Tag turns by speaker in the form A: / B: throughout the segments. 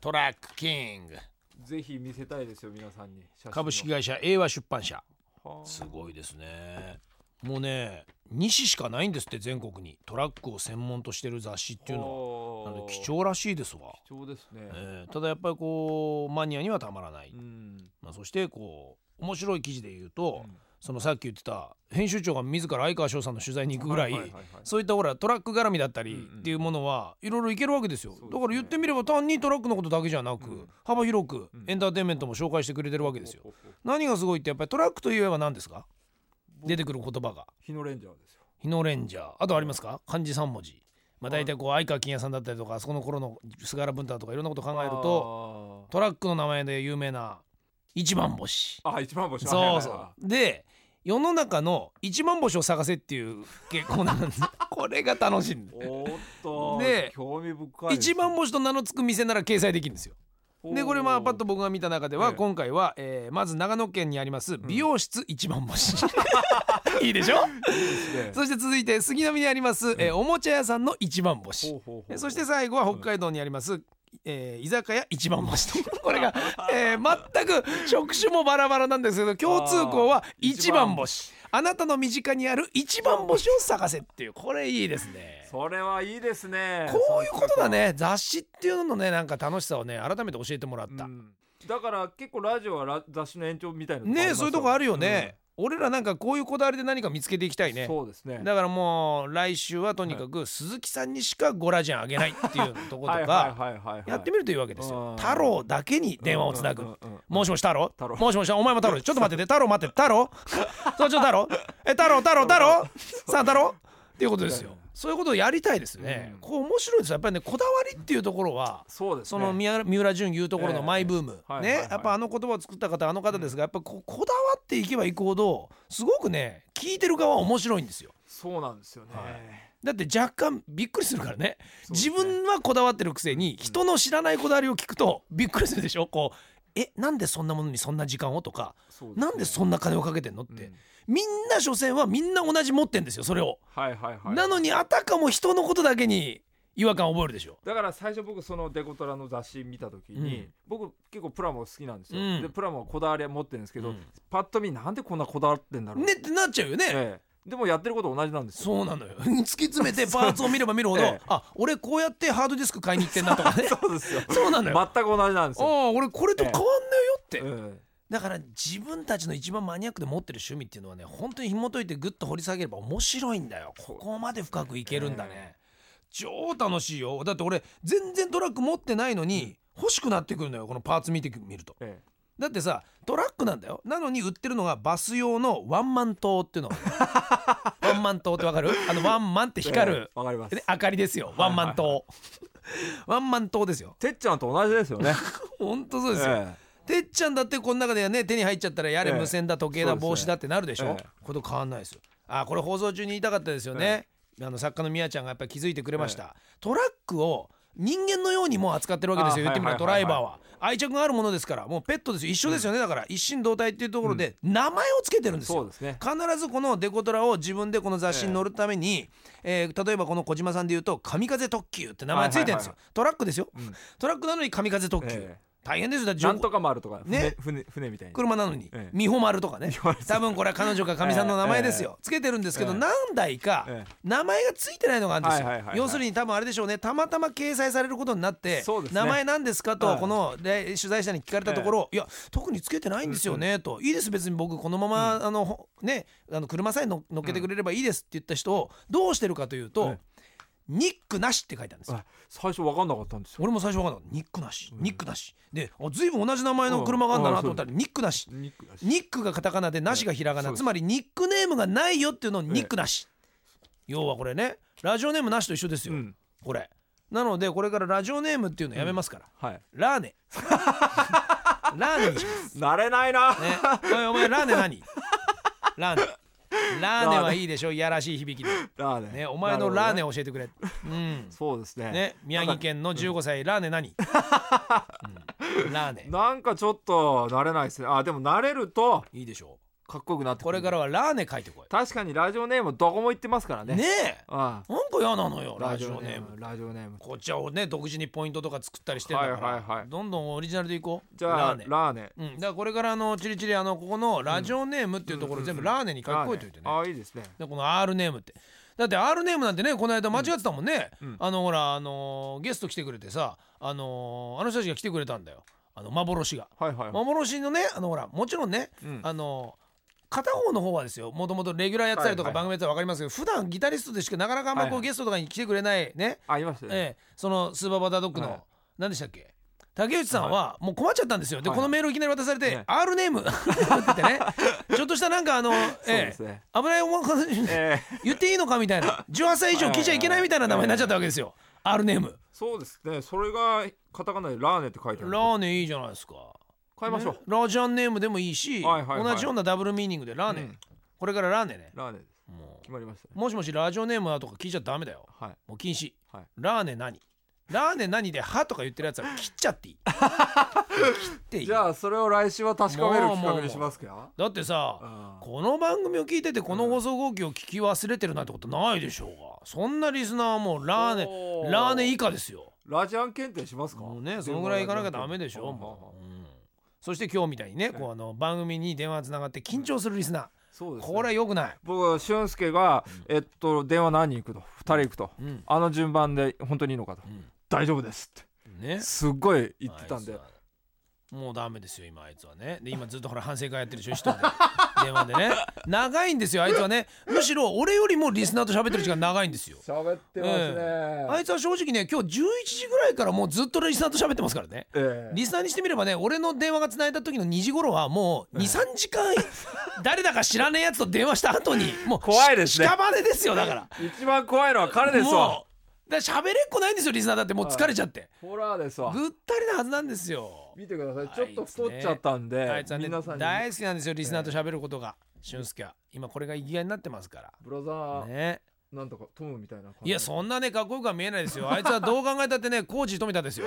A: トラックキング
B: ぜひ見せたいですよ皆さんに写真を
A: 株式会社英和出版社
B: はあ
A: すごいですねもうね2市しかないんですって全国にトラックを専門としてる雑誌っていうのはな
B: は
A: の
B: あ
A: で貴重らしいですわ、
B: 貴重ですね、
A: えーただやっぱりこうマニアにはたまらない、
B: うん
A: まあ、そしてこう面白い記事で言うと、
B: うん
A: そのさっき言ってた編集長が自ら相川翔さんの取材に行くぐらい,、
B: はいはいはいはい
A: そういったほらトラック絡みだった
B: うん
A: り
B: うん
A: っていうものはいろいろいけるわけですよ、
B: そうです
A: だ
B: ね
A: から言ってみれば単にトラックのことだけじゃなく、
B: うん
A: 幅広く
B: うん
A: エンターテインメントも紹介してくれてるわけですよ、
B: ほうほうほ
A: 何がすごいってやっぱりトラックといえば何ですか
B: 僕
A: 出てくる言葉が
B: う日野レンジャーですよ
A: 日野レンジャーあとありますか漢字3文字まあ大体こう相川欽也さんだったりとかあそこの頃の菅原文太とかいろんなこと考えると
B: と
A: トラックの名前で有名な一番星
B: あ一番星
A: そうそう。で、世の中の一万星を探せっていう結構なん です。これが楽しいんだ。
B: おーっと
A: で
B: 興味深いです
A: 一万星と名の付く店なら掲載できるんですよ。で、これまあパッと僕が見た中で
B: え
A: は
B: え
A: 今回は、えーまず長野県にあります美容室一万 星。いいでしょ。
B: で
A: そして続いて杉並にあります、えーおもちゃ屋さんの一万星。えそして最後は北海道にあります、えー居酒屋一番星と これが、えー全く職種もバラバラなんですけど共通項は一番星あなたの身近にある一番星を探せっていうこれいいですね
B: それはいいですね
A: こういうことだね雑誌っていうののねなんか楽しさをね改めて教えてもらっ
B: う
A: た、
B: んだから結構ラジオはラ雑誌の延長みたいな
A: ねえそういうとこあるよね、、俺らなんかこういうこだわりで何か見つけていきたい
B: うん
A: ね
B: そうですね
A: だからもう来週はとにかく鈴木さんにしかゴラジャンあげないっていうとこと
B: はい
A: か
B: はいはいはいはい
A: やってみるというわけですよ。
B: うん
A: 太郎だけに電話をつなぐ。
B: うんうんうん
A: もしもし太郎
B: 太郎
A: もしもしお前も太郎ちょっと待ってて太郎待って太 郎そうちょっと太郎え太郎太郎太郎 さあ太郎っていうことですよ
B: うん
A: そういうことをやりたいですね、
B: うん
A: こう面白いですよやっぱりねこだわりっていうところは
B: そうですね
A: その宮三浦淳言うところのマイブーム、
B: ええはいはい
A: ね
B: はい
A: やっぱあの言葉を作った方あの方ですが、やっぱここだわっていけばいくほどすごくね聞いてる側は面白いんですよ
B: そうなんですよね、
A: はだって若干びっくりするからね
B: そうです
A: 自
B: ね
A: 分はこだわってるくせに人の知らないこだわりを聞くとびっくりするでしょこうえなんでそんなものにそんな時間をとか
B: そうすね
A: なんでそんな金をかけてんのっ
B: う
A: て
B: ん
A: みんな所詮はみんな同じ持ってんですよそれを
B: はいはいはい
A: なのにあたかも人のことだけに違和感を覚えるでしょ
B: だから最初僕そのデコトラの雑誌見た時に、
A: うん
B: 僕結構プラモ好きなんですよ、
A: うん
B: でプラモはこだわりは持ってるんですけど、
A: うん
B: パッと見なんでこんなこだわってんだろう
A: ねってなっちゃうよね
B: ええでもやってること同じなんですよ
A: そうなのよ 突き詰めてパーツを見れば見るほど
B: ええ
A: あ俺こうやってハードディスク買いに行ってんなとかね
B: そうですよ
A: そうなの
B: 全
A: よあ
B: く同じなんですよ、
A: あ俺これと変わんねえよって
B: え
A: だから自分たちの一番マニアックで持ってる趣味っていうのはね本当に紐解いてグッと掘り下げれば面白いんだよここまで深くいけるんだね超楽しいよだって俺全然トラック持ってないのに欲しくなってくるのよこのパーツ見てみると
B: ええ
A: だってさトラックなんだよなのに売ってるのがバス用のワンマン灯っていう のがワンマン灯ってわかるあのワンマンって
B: え
A: 光
B: え
A: る
B: えわかります
A: で明かりですよワンマン灯ワンマン灯ですよ
B: てっちゃんと同じですよね
A: 本当そう
B: え
A: ですよ
B: え
A: てっちゃんだってこの中ではね手に入っちゃったらやれ
B: ええ
A: 無線だ時計だ
B: そうですね
A: 帽子だってなるでしょ、
B: ええ
A: こと変わんないですよあこれ放送中に言いたかったですよね、あの作家のみやちゃんがやっぱり気づいてくれました、トラックを人間のようにもう扱ってるわけですよ言
B: あ
A: ってみれば
B: はい
A: ド
B: は
A: ラ
B: い
A: イ
B: はい
A: バー
B: はい
A: は愛着があるものですからもうペットですよ一緒ですよね、だから一心同体っていうところで名前をつけてるんですよ、
B: そうですね
A: 必ずこのデコトラを自分でこの雑誌に載るために、えー例えばこの小島さんで言うと「神風特急」って名前ついてるんですよ、
B: は
A: トラックですよ、
B: ん
A: トラックなのに神風特急、
B: ええ
A: 大変ですよだって
B: なんとか丸とか船,、
A: ね
B: 船船みたいに
A: 車なのに
B: ええ
A: 美穂丸とかね
B: 穂丸
A: 多分これは彼女かかみさんの名前ですよつけてるんですけど何台か
B: ええ
A: 名前がついてないのがあるんですよ
B: はいはいはいはい
A: 要するに多分あれでしょうねたまたま掲載されることになって
B: そうですね
A: 名前なんですか
B: は
A: と
B: い
A: こので取材者に聞かれたところいや特につけてないんですよねといいです別に僕このままあのほねあの車さえの乗っけてくれればいいですって言った人をどうしてるかというと
B: え
A: ニックなしって書いたんですよ
B: あ最初わかんなかったんですよ
A: 俺も最初分かんなかったニックなしニックなしであ随分同じ名前の車があるんだなと思ったらニックなし
B: ニックだし
A: ニックがカタカナでなしがひらが
B: ええそ
A: な
B: うです
A: つまりニックネームがないよっていうのをニックなし、要はこれねラジオネームなしと一緒ですよ、
B: うん
A: これなのでこれからラジオネームっていうのやめますから、
B: はい
A: ラ ーネラーネにします
B: 慣れないな、
A: ねおいお前ラーネ何ラーネラーネはいいでしょいやらしい響きで、
B: ラーネ
A: ね、お前のラーネ
B: を
A: 教えてくれ、うん
B: そうですね
A: ね宮城県の15歳ラーネ何、うんラーネ
B: なんかちょっと慣れないですねあでも慣れると
A: いいでしょ
B: かっこよくなってくる
A: これからはラーネ書いてこ
B: 確かにラジオネームどこも言ってますから
A: いね
B: ね
A: え
B: あ
A: なんか嫌なのよ
B: あ
A: ラジオネーム
B: ラジオネーム
A: こっちはね独自にポイントとか作ったりしてるんだから、
B: はいはいはい
A: どんどんオリジナルでいこう
B: じゃあ
A: ラーネ
B: ラーネ
A: うん、だからこれからあのチリチリあのここのラジオネームっていうところ全部ラーネに書き
B: ラー
A: 換
B: ネ
A: えておいてね、
B: ああいいですね
A: でこの R ネームってだって R ネームなんてねこの間間違ってたもんね、
B: うん
A: あのほらあのーゲスト来てくれてさあのーあの人たちが来てくれたんだよあの幻が
B: はいはいはい
A: 幻のねあのほらもちろんね、
B: うん
A: あのー片方の方はですよもともとレギュラーやってたりとか
B: はいはい
A: 番組やってたら分かりますけど、普段ギタリストでしかなかなかあんまりこ
B: は
A: う
B: いはい
A: ゲストとかに来てくれないね、
B: あいましたね
A: ええ、そのスーパーバタードッグの、
B: はい
A: 何でしたっけ竹内さんはもう困っちゃったんですよ、で
B: はい
A: このメールをいきなり渡されて「
B: ね
A: R ネーム」 ってねちょっとしたなんかあ の、
B: そう
A: え
B: です
A: え、
B: ね
A: 危ない思い方に
B: ええ
A: 言っていいのかみたいな18歳以上聞いちゃいけないみたいな名前になっちゃったわけですよ R ネーム
B: そうですねそれがカタカナでラーネって書いてあ
A: ラ
B: る
A: ーネいいじゃないですか
B: 変えましょう
A: ねラジャンネームでもいいし、
B: はいはいはい
A: 同じようなダブルミーニングでラーネ、
B: うん
A: これからラーネね
B: ラーネです
A: も
B: 決まりましたね
A: うもしもしラジオネームはとか聞いちゃダメだよ
B: はい
A: もう禁止、
B: はい
A: ラーネ何ラーネ何で歯とか言ってるやつは切っちゃ っていい切っていい
B: じゃあそれを来週は確かめる企画にしますか
A: だってさ、
B: あ
A: この番組を聞いててこの放送号機を聞き忘れてるなんてことないでしょうがそんなリスナーはもうラーネ
B: おー
A: ラーネ以下ですよ
B: ラジアン検定しますか
A: もうねそのぐらいいかなきゃダメでしょ
B: はあはあは
A: も
B: あ
A: う、うんそして今日みたいにねこうあの番組に電話つながって緊張するリスナ
B: そう
A: ー
B: ですね
A: これはよくない
B: 僕は俊介が、えっと電話何人行くと2人行くと、
A: うん
B: あの順番で本当にいいのかと、
A: ん
B: 大丈夫ですっ
A: ね
B: てすっごい言ってたんで、
A: あいつはもうダメですよ今あいつはねで今ずっとほら反省会やってるでしょ一人で 電話でね長いんですよあいつはねむしろ俺よりもリスナーと喋ってる時間長いんですよ
B: 喋ってますね、
A: あいつは正直ね今日11時ぐらいからもうずっとリスナーと喋ってますからね
B: ええ
A: リスナーにしてみればね俺の電話がつないだ時の2時頃はも う23時間誰だか知らねえやつと電話した後にもう
B: 怖いですね
A: し屍ですよだから
B: 一番怖いのは彼ですわ
A: もうだから喋れっこないんですよリスナーだってもう疲れちゃって
B: ホラーですわ
A: ぐったりなはずなんですよ
B: 見てください
A: あいつね
B: ちょっと太っちゃったんで、
A: あいつはね
B: 皆さんに
A: 大好きなんですよリスナーと喋ることが俊介は今これが生きがいになってますか
B: ブラザ
A: ら
B: ー、
A: ね
B: なんとかトムみたいな感じ
A: いやそんなねかっこよくは見えない ですよあいつはどう考えたってねコージ富田ですよ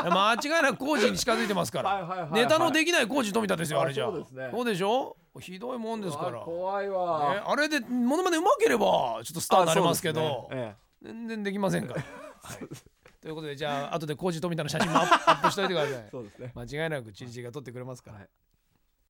A: 俺間違いなくコージに近づいてますか
B: はいはいはい
A: ら
B: はい
A: ネタのできないコージ富田ですよ
B: あ
A: あれじゃ
B: そうですね
A: そうでしょひどいもんですから
B: あ怖い
A: ね
B: わ、
A: あれでものまねうまければちょっとスターになれますけど
B: そうですねえ
A: 全然できません から、はい、ということでじゃあ後でコージ富田の写真もアップアップしといてください
B: えそうですね
A: 間違いなくチリチリが撮ってくれますから、
B: はい